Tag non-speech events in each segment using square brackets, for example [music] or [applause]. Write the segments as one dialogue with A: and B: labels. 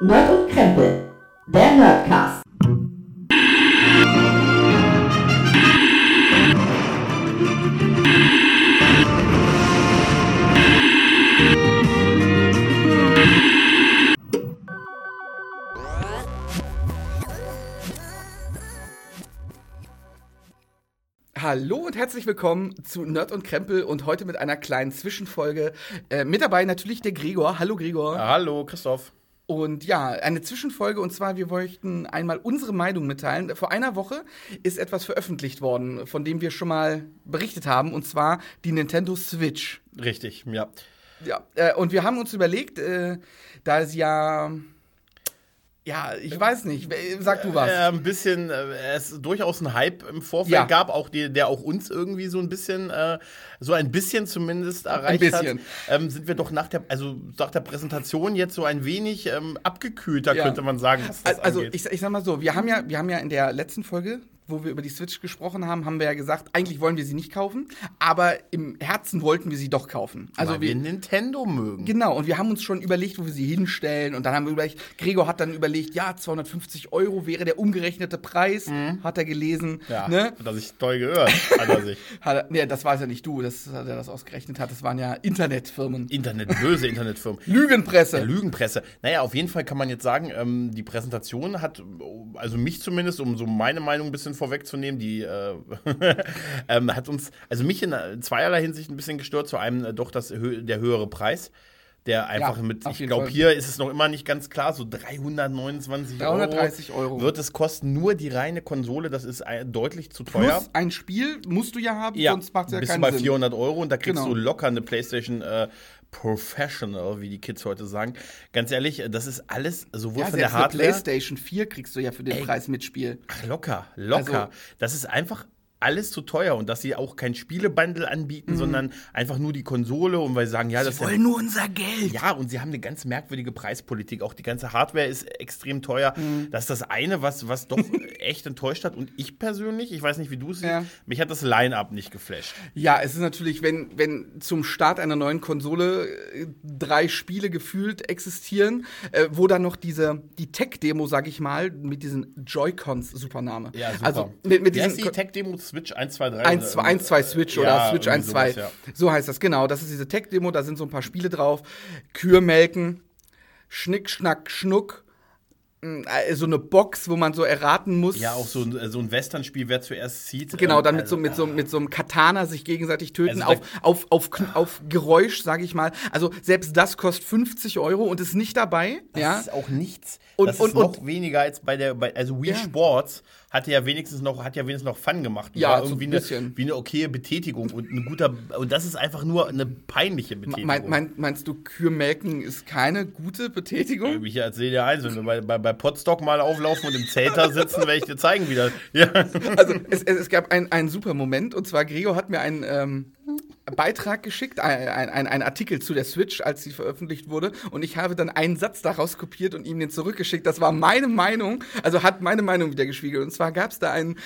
A: Nerd und Krempel, der Nerdcast.
B: Hallo und herzlich willkommen zu Nerd und Krempel und heute mit einer kleinen Zwischenfolge. Äh, mit dabei natürlich der Gregor. Hallo Gregor.
C: Ah, Hallo, Christoph.
B: Und ja, eine Zwischenfolge und zwar, wir wollten einmal unsere Meinung mitteilen. Vor einer Woche ist etwas veröffentlicht worden, von dem wir schon mal berichtet haben, und zwar die Nintendo Switch.
C: Richtig, ja.
B: Ja, äh, und wir haben uns überlegt, äh, da es ja. Ja, ich weiß nicht. Sag du was.
C: Äh, ein bisschen, äh, es durchaus einen Hype im Vorfeld
B: Ja.
C: gab, auch die, der auch uns irgendwie so ein bisschen, äh, so ein bisschen zumindest erreicht
B: bisschen.
C: hat. Ähm, sind wir doch nach der, also nach der Präsentation jetzt so ein wenig ähm, abgekühlter,
B: Ja.
C: könnte man sagen. Was das
B: also
C: angeht.
B: ich, ich sag mal so, wir haben ja, wir haben ja in der letzten Folge, wo wir über die Switch gesprochen haben, haben wir ja gesagt, eigentlich wollen wir sie nicht kaufen, aber im Herzen wollten wir sie doch kaufen. Also
C: Weil wir
B: wir,
C: Nintendo mögen.
B: genau, und wir haben uns schon überlegt, wo wir sie hinstellen und dann haben wir überlegt, Gregor hat dann überlegt, ja, 250 Euro wäre der umgerechnete Preis, hat er gelesen,
C: Mhm. Ja,
B: ne?
C: hat er sich toll gehört, hat er
B: [laughs]
C: sich.
B: Hat er, nee, das weiß ja nicht du, das hat er das ausgerechnet hat, das waren ja Internetfirmen.
C: Internet, böse Internetfirmen.
B: Lügenpresse.
C: Lügenpresse. Naja, auf jeden Fall kann man jetzt sagen, ähm, die Präsentation hat, also mich zumindest, um so meine Meinung ein bisschen vorwegzunehmen, die äh, [laughs] ähm, hat uns, also mich in zweierlei Hinsicht ein bisschen gestört. Zu einem äh, doch das, hö- der höhere Preis. Der einfach mit,
B: auf
C: ich
B: jeden
C: glaube,
B: Fall.
C: hier ist es noch immer nicht ganz klar, so 329
B: 330 Euro.
C: wird es kosten, nur die reine Konsole, das ist äh, deutlich zu
B: Plus
C: teuer.
B: ein Spiel musst du ja haben, sonst macht es ja
C: bist
B: keinen
C: du bei
B: Sinn.
C: 400 Euro und da kriegst
B: Genau.
C: du locker eine PlayStation äh, Professional, wie die Kids heute sagen. Ganz ehrlich, äh, das ist alles sowohl
B: Ja,
C: von
B: selbst
C: der
B: eine
C: Hardware
B: PlayStation 4 kriegst du ja für den
C: Ey.
B: Preis mit Spiel.
C: Ach, locker, locker.
B: Also-
C: das ist einfach alles zu teuer und dass sie auch kein Spielebundle
B: Mhm.
C: anbieten, sondern einfach nur die Konsole und weil sie sagen, ja, das ist ja
B: nur unser Geld.
C: ja, und sie haben eine ganz merkwürdige Preispolitik. Auch die ganze Hardware ist extrem teuer.
B: Mhm.
C: Das ist das eine, was, was
B: [laughs]
C: doch echt enttäuscht hat. Und ich persönlich, ich weiß nicht, wie du es siehst,
B: Ja.
C: mich hat das Line-Up nicht geflasht.
B: Ja, es ist natürlich, wenn, wenn zum Start einer neuen Konsole äh, drei Spiele gefühlt existieren, äh, wo dann noch diese, die Tech-Demo, sag ich mal, mit diesen Joy-Cons, super Name.
C: Ja, super.
B: Also mit, mit
C: Wie heißt
B: diesen.
C: die Tech-Demo Switch 1, 2, 3?
B: 1, 2, 1, 2 Switch
C: äh, Ja,
B: oder Switch
C: irgendwie
B: 1, 2.
C: sowas,
B: So heißt das, genau. Das ist diese Tech-Demo, da sind so ein paar Spiele drauf. Kühe melken, Schnick, Schnack, Schnuck. Mm, äh, So eine Box, wo man so erraten muss.
C: Ja, auch so ein, äh, so ein Western-Spiel, wer zuerst zieht.
B: Genau,
C: ähm,
B: dann mit
C: also,
B: so, mit, so, mit so einem Katana sich gegenseitig töten,
C: Also,
B: auf, auf, auf, Kn- auf Geräusch, sage ich mal. Also selbst das kostet 50 Euro und ist nicht dabei.
C: Das
B: ja.
C: ist auch nichts.
B: Und-
C: das
B: und-
C: ist noch weniger als bei der, bei, also Wii
B: Ja.
C: Sports hatte ja wenigstens noch, hat ja wenigstens noch Fun gemacht. und
B: Ja,
C: war
B: so
C: irgendwie
B: ein
C: eine,
B: bisschen.
C: wie eine okaye Betätigung und ein guter, und das ist einfach nur eine peinliche Betätigung.
B: Mein, mein, meinst du, Kühe melken ist keine gute Betätigung?
C: ich als jeder Einzelne bei, bei, bei Potstock mal auflaufen und im Zelter sitzen, werde ich dir zeigen, wie das. [laughs] Ja.
B: Also es, es, es gab ein- einen super Moment und zwar Gregor hat mir einen ähm, Beitrag geschickt, ein- ein- ein- einen Artikel zu der Switch, als sie veröffentlicht wurde und ich habe dann einen Satz daraus kopiert und ihm den zurückgeschickt. Das war meine Meinung, also hat meine Meinung wieder gespiegelt und zwar gab es da einen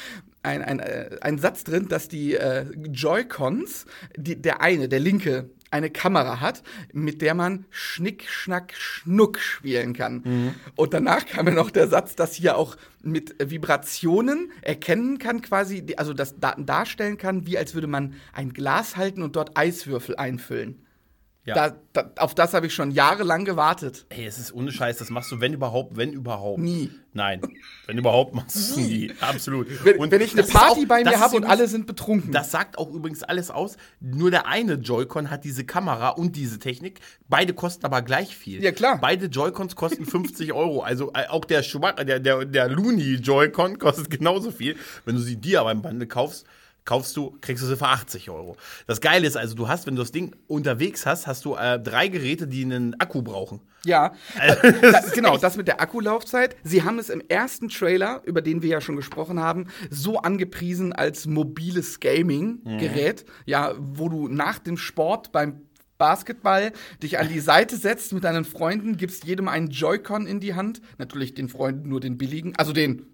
B: ein, ein, äh, einen Satz drin, dass die äh, Joy-Cons, die, der eine, der linke, eine Kamera hat, mit der man Schnick, Schnack, Schnuck spielen kann.
C: Mhm.
B: Und danach kam ja noch der Satz, dass hier auch mit Vibrationen erkennen kann, quasi, die- also das da- darstellen kann, wie als würde man ein Glas halten und dort Eiswürfel einfüllen.
C: Ja.
B: Da, da, auf das habe ich schon jahrelang gewartet.
C: Ey, es ist ohne Scheiß, das machst du, wenn überhaupt, wenn überhaupt.
B: Nie.
C: Nein, wenn überhaupt machst du es nie. Absolut.
B: Wenn,
C: Und
B: wenn ich eine
C: das ist auch-
B: Party bei
C: das
B: mir
C: ist
B: habe und
C: übrigens-
B: alle sind betrunken.
C: Das sagt auch übrigens alles aus. Nur der eine Joy-Con hat diese Kamera und diese Technik. Beide kosten aber gleich viel.
B: Ja, klar.
C: Beide Joy-Cons kosten 50 [laughs] Euro. Also äh, auch der, Schwa- der, der, der Looney Joy-Con kostet genauso viel. Wenn du sie dir aber im Bundle kaufst, kaufst du, kriegst du sie für 80 Euro. Das Geile ist also, du hast, wenn du das Ding unterwegs hast, hast du äh, drei Geräte, die einen Akku brauchen.
B: Ja,
C: Also,
B: [laughs] da,
C: das ist
B: genau,
C: echt-
B: das mit der Akkulaufzeit. Sie haben es im ersten Trailer, über den wir ja schon gesprochen haben, so angepriesen als mobiles Gaming-Gerät, ja, wo du nach dem Sport beim Basketball dich an die Seite setzt mit deinen Freunden, gibst jedem einen Joy-Con in die Hand. Natürlich den Freunden nur den billigen, also den.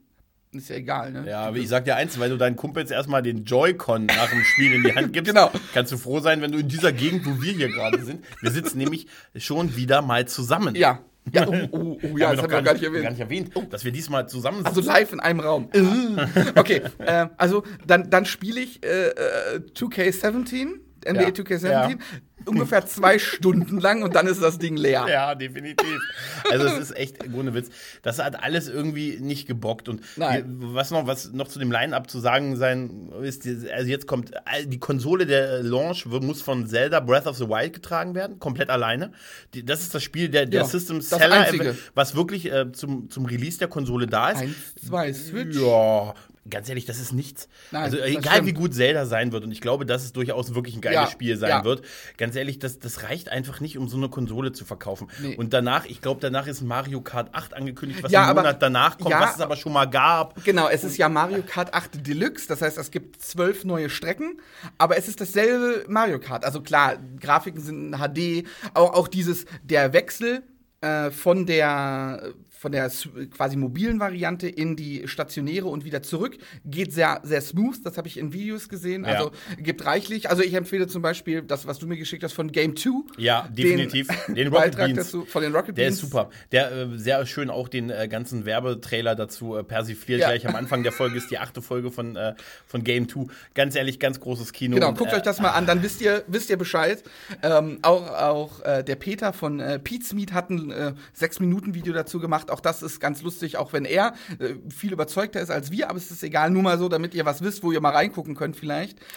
B: Ist ja egal, ne?
C: Ja, aber ich sag dir eins, weil du deinen Kumpels erstmal den Joy-Con nach dem Spiel in die Hand gibst,
B: Genau.
C: kannst du froh sein, wenn du in dieser Gegend, wo wir hier gerade sind, wir sitzen nämlich schon wieder mal zusammen.
B: Ja. Ja, oh, oh, oh ja, das haben wir
C: noch
B: gar nicht erwähnt.
C: Gar nicht erwähnt, dass wir diesmal zusammen
B: Also live in einem Raum.
C: Äh.
B: [laughs] okay, äh, also dann, dann spiele ich äh, äh, 2K17, NBA
C: Ja.
B: 2K17, ungefähr zwei Stunden lang und dann ist das Ding leer.
C: Ja, definitiv. [laughs] Also es ist echt ohne Witz. Das hat alles irgendwie nicht gebockt. Und
B: Nein.
C: wir- was noch, was noch zu dem Line-Up zu sagen sein ist, die- also jetzt kommt all- die Konsole der Launch wird- muss von Zelda Breath of the Wild getragen werden, komplett alleine. Die, das ist das Spiel der, der
B: Ja,
C: System
B: das
C: Seller,
B: einzige.
C: was wirklich äh, zum, zum Release der Konsole da ist.
B: Eins, zwei, Switch.
C: Ja. Ganz ehrlich, das ist nichts.
B: Nein,
C: also
B: das
C: egal wie
B: stimmt.
C: gut Zelda sein wird, und ich glaube, dass es durchaus wirklich ein geiles
B: Ja,
C: Spiel sein
B: ja.
C: wird. Ganz ehrlich, das, das reicht einfach nicht, um so eine Konsole zu verkaufen.
B: Nee.
C: Und danach, ich glaube, danach ist Mario Kart 8 angekündigt, was
B: Ja,
C: im
B: aber-
C: Monat danach kommt,
B: ja,
C: was es aber schon mal gab.
B: Genau, es ist ja Mario Kart 8 Deluxe, das heißt, es gibt zwölf neue Strecken, aber es ist dasselbe Mario Kart. Also klar, Grafiken sind in HD, auch, auch dieses, der Wechsel äh, von der von der s- quasi mobilen Variante in die stationäre und wieder zurück geht sehr sehr smooth das habe ich in Videos gesehen
C: Ja.
B: also gibt reichlich also ich empfehle zum Beispiel das was du mir geschickt hast von Game 2
C: Ja, definitiv.
B: den, [laughs]
C: Den Rocket
B: Beitrag
C: Beans.
B: dazu von den Rocket
C: Der
B: Beans
C: ist super. Der äh, sehr schön auch den äh, ganzen Werbetrailer dazu äh, persifliert.
B: Ja.
C: Gleich am Anfang der Folge ist die achte Folge von, äh, von Game 2. Ganz ehrlich, ganz großes Kino.
B: Genau,
C: Und,
B: guckt
C: äh,
B: euch das mal an, dann wisst ihr, wisst ihr Bescheid. Ähm, auch auch äh, der Peter von äh, Pete's Meat hat ein äh, sechs Minuten Video dazu gemacht. Auch das ist ganz lustig, auch wenn er äh, viel überzeugter ist als wir, aber es ist egal, nur mal so, damit ihr was wisst, wo ihr mal reingucken könnt vielleicht. Also,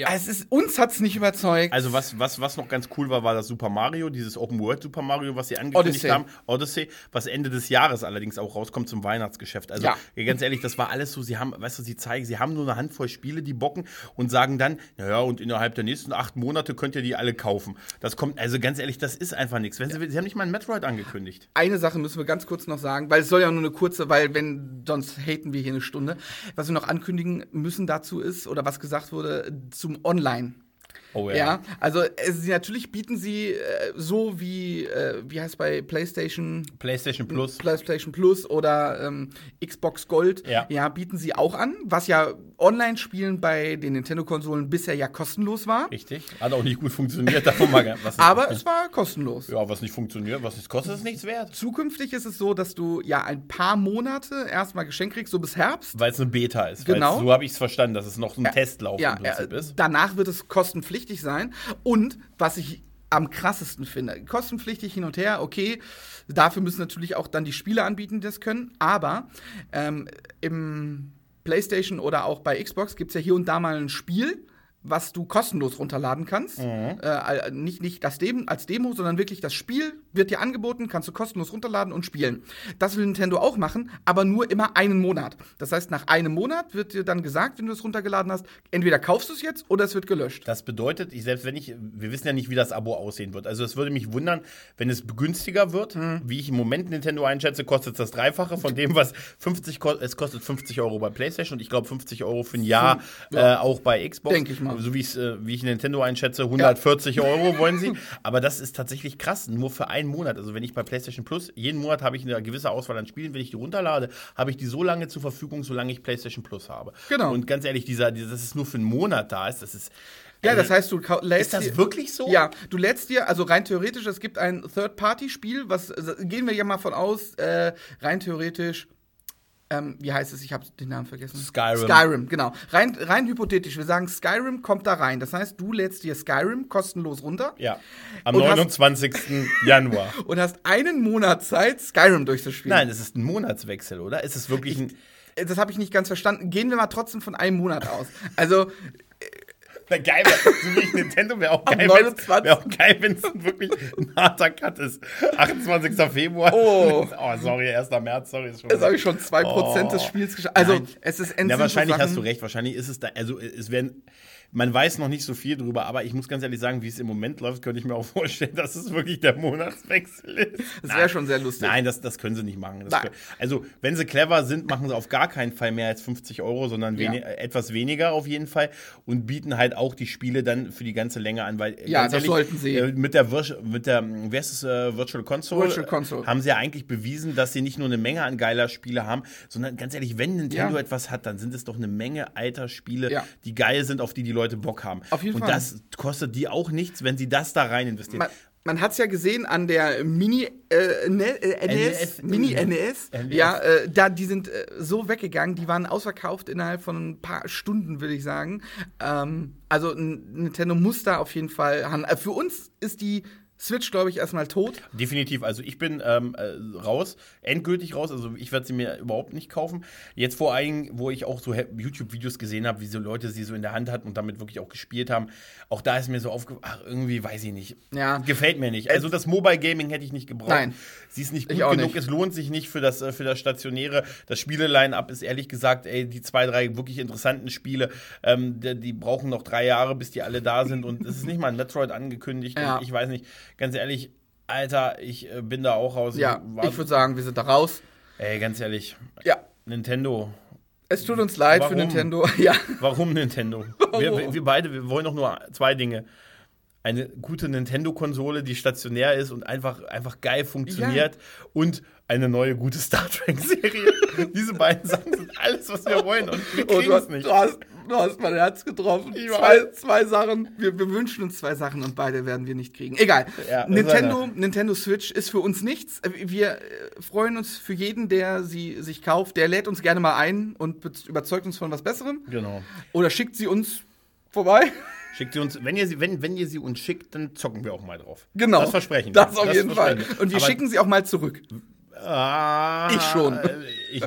C: Ja.
B: Es ist uns hat's nicht überzeugt.
C: Also was, was, was noch ganz cool war, war das Super Mario, dieses Open World Super Mario, was sie angekündigt
B: Odyssey.
C: haben, Odyssey, was Ende des Jahres allerdings auch rauskommt zum Weihnachtsgeschäft. Also
B: Ja.
C: ganz ehrlich, das war alles so, sie haben, weißt du, sie zeigen, sie haben nur eine Handvoll Spiele, die bocken und sagen dann, naja, und innerhalb der nächsten acht Monate könnt ihr die alle kaufen. Das kommt, also ganz ehrlich, das ist einfach nichts. Wenn sie, sie haben nicht mal ein Metroid angekündigt.
B: eine Sache müssen wir ganz kurz noch sagen, weil es soll ja nur eine kurze, weil wenn sonst haten wir hier eine Stunde. Was wir noch ankündigen müssen dazu ist oder was gesagt wurde zum Online.
C: Oh
B: Ja, also äh, sie, natürlich bieten sie äh, so wie, äh, wie heißt bei PlayStation,
C: PlayStation Plus.
B: PlayStation Plus oder ähm, Xbox Gold,
C: Ja.
B: bieten sie auch an, was ja Online-Spielen bei den Nintendo-Konsolen bisher ja kostenlos war.
C: Richtig. Hat auch nicht gut funktioniert. Davon mal, was nicht-
B: Aber es war kostenlos.
C: ja, was nicht funktioniert, was nicht kostet, ist nichts wert.
B: Zukünftig ist es so, dass du ja ein paar Monate erstmal geschenkt kriegst, so bis Herbst.
C: Weil es eine Beta ist. Weil's-
B: Genau.
C: So habe ich es verstanden, dass es noch ein Testlauf
B: ja,
C: im Prinzip
B: äh,
C: ist.
B: Danach wird es kostenpflichtig sein. Und was ich am krassesten finde, kostenpflichtig hin und her, okay, dafür müssen natürlich auch dann die Spiele anbieten, die das können, aber ähm, im PlayStation oder auch bei Xbox gibt es ja hier und da mal ein Spiel, was du kostenlos runterladen kannst.
C: Mhm.
B: Äh, äh, nicht nicht das Dem als Demo, sondern wirklich das Spiel wird dir angeboten, kannst du kostenlos runterladen und spielen. Das will Nintendo auch machen, aber nur immer einen Monat. Das heißt, nach einem Monat wird dir dann gesagt, wenn du es runtergeladen hast, entweder kaufst du es jetzt oder es wird gelöscht.
C: Das bedeutet, ich, selbst wenn ich, wir wissen ja nicht, wie das Abo aussehen wird. Also es würde mich wundern, wenn es günstiger wird.
B: Mhm.
C: Wie ich im Moment Nintendo einschätze, kostet es das Dreifache von dem, was 50 kostet. Es kostet 50 Euro bei PlayStation und ich glaube 50 Euro für ein Jahr äh, auch bei Xbox.
B: Denk ich mal.
C: So wie, ich's, äh, wie ich Nintendo einschätze, 140 Euro
B: [laughs]
C: wollen sie. Aber das ist tatsächlich krass, nur für einen Monat. Also wenn ich bei PlayStation Plus, jeden Monat habe ich eine gewisse Auswahl an Spielen, wenn ich die runterlade, habe ich die so lange zur Verfügung, solange ich PlayStation Plus habe.
B: Genau.
C: Und ganz ehrlich, dieser, dieser, dass es nur für einen Monat da ist, das ist
B: Ja, das heißt, du kau- lädst
C: Also, äh, ist das
B: dir-
C: wirklich so?
B: Ja, du lädst dir, also rein theoretisch, es gibt ein Third-Party-Spiel, was also gehen wir ja mal von aus, äh, rein theoretisch. Ähm, wie heißt es? Ich habe den Namen vergessen.
C: Skyrim.
B: Skyrim, genau. Rein, rein hypothetisch. Wir sagen, Skyrim kommt da rein. Das heißt, du lädst dir Skyrim kostenlos runter
C: Ja. Am
B: Und hast-
C: 29. Januar.
B: und hast einen Monat Zeit, Skyrim durchzuspielen.
C: [laughs]
B: Äh,
C: Nein, es ist ein Monatswechsel, oder? Es ist wirklich ein.
B: Das habe ich nicht ganz verstanden. Gehen wir mal trotzdem von einem Monat aus. Also,
C: Na, geil, wär- so wie ich Nintendo wäre auch geil, wenn's-
B: 29.
C: wär auch geil, wenn es wirklich ein harter Cut ist. 28. Februar.
B: Oh.
C: [laughs] oh sorry, 1. März, sorry. Ist schon
B: das habe ich schon 2% Prozent des Spiels geschafft. Also,
C: Oh. Nein.
B: es ist endlich.
C: Ja, wahrscheinlich hast du recht. Wahrscheinlich ist es da, also es werden, man weiß noch nicht so viel drüber, aber ich muss ganz ehrlich sagen, wie es im Moment läuft, könnte ich mir auch [laughs] vorstellen, dass es wirklich der Monatswechsel ist.
B: Das wäre schon sehr lustig.
C: Nein, das, das können sie nicht machen. Das
B: Nein.
C: können- also, wenn sie clever sind, machen sie auf gar keinen Fall mehr als 50 Euro, sondern
B: Ja.
C: wenig, äh, etwas weniger auf jeden Fall und bieten halt auch die Spiele dann für die ganze Länge an, weil äh,
B: Ja,
C: ganz
B: das sollten sie.
C: äh, Mit der, Virtu- mit der ähm, wie heißt es, äh, Virtual Console,
B: Virtual Console.
C: äh, haben sie ja eigentlich bewiesen, dass sie nicht nur eine Menge an geiler Spiele haben, sondern ganz ehrlich, wenn Nintendo
B: Ja.
C: etwas hat, dann sind es doch eine Menge alter Spiele,
B: Ja.
C: die geil sind, auf die die Leute Bock haben.
B: Auf jeden
C: und
B: Fall.
C: das kostet die auch nichts, wenn sie das da rein investieren.
B: Man- man hat es ja gesehen an der Mini äh, ne, äh, NES,
C: NES.
B: Mini NES,
C: NES.
B: ja, äh, da die sind äh, so weggegangen, die waren ausverkauft innerhalb von ein paar Stunden, würde ich sagen. Ähm, also n- Nintendo muss da auf jeden Fall handeln. Äh, Für uns ist die Switch, glaube ich, erstmal tot.
C: Definitiv. Also ich bin ähm, äh, raus, endgültig raus. Also ich werde sie mir überhaupt nicht kaufen. Jetzt vor allem, wo ich auch so he- YouTube-Videos gesehen habe, wie so Leute sie so in der Hand hatten und damit wirklich auch gespielt haben. Auch da ist mir so aufgefallen, ach, irgendwie weiß ich nicht.
B: Ja. Äh,
C: Gefällt mir nicht. Also das Mobile Gaming hätte ich nicht gebraucht.
B: Nein.
C: Sie ist nicht
B: Ich
C: gut
B: auch
C: genug.
B: nicht.
C: Es lohnt sich nicht für das, äh, für das Stationäre. Das Spiele-Line-Up ist ehrlich gesagt, ey, die zwei, drei wirklich interessanten Spiele, ähm, die, die brauchen noch drei Jahre, bis die alle da sind. Und es ist nicht mal ein Metroid angekündigt.
B: Ja.
C: Und ich weiß nicht, ganz ehrlich, Alter, ich äh, bin da auch raus.
B: Ja,
C: War-
B: ich würde sagen, wir sind da raus.
C: Ey, ganz ehrlich,
B: Ja,
C: Nintendo.
B: es tut uns leid
C: Warum?
B: für Nintendo. [laughs] Ja,
C: Warum Nintendo?
B: [laughs]
C: Wir, wir- wir beide, wir wollen doch nur zwei Dinge. Eine gute Nintendo-Konsole, die stationär ist und einfach, einfach geil funktioniert. Und eine neue gute Star
B: [laughs]
C: Trek-Serie. Diese beiden Sachen sind alles, was wir wollen. Und wir
B: Oh, du,
C: kriegen es
B: hast,
C: nicht.
B: du, hast, du hast mein Herz getroffen.
C: Ich
B: Zwei,
C: weiß.
B: zwei Sachen. Wir, wir wünschen uns zwei Sachen und beide werden wir nicht kriegen. Egal.
C: Ja, das
B: Nintendo, Nintendo Switch ist für uns nichts. Wir äh, freuen uns für jeden, der sie sich kauft. Der lädt uns gerne mal ein und be- überzeugt uns von was Besserem.
C: Genau.
B: Oder schickt sie uns vorbei. [laughs]
C: Schickt sie uns, wenn ihr sie, wenn, wenn ihr sie uns schickt, dann zocken wir auch mal drauf.
B: Genau.
C: Das versprechen wir.
B: Das auf jeden Fall.
C: versprechen
B: Und wir
C: Aber-
B: schicken sie auch mal zurück.
C: Ah,
B: Ich schon.
C: äh, Ich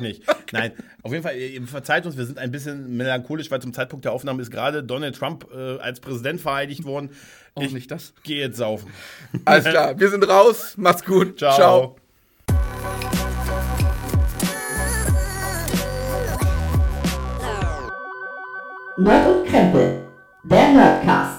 B: [laughs]
C: nicht. Nein, auf jeden Fall, ihr verzeiht uns, wir sind ein bisschen melancholisch, weil zum Zeitpunkt der Aufnahme ist gerade Donald Trump äh, als Präsident vereidigt worden.
B: Oh,
C: ich
B: nicht das.
C: gehe jetzt saufen.
B: Alles klar. Wir sind raus. Macht's gut.
C: Ciao.
B: Ciao.
A: Nerd und Krempel, der Nerdcast.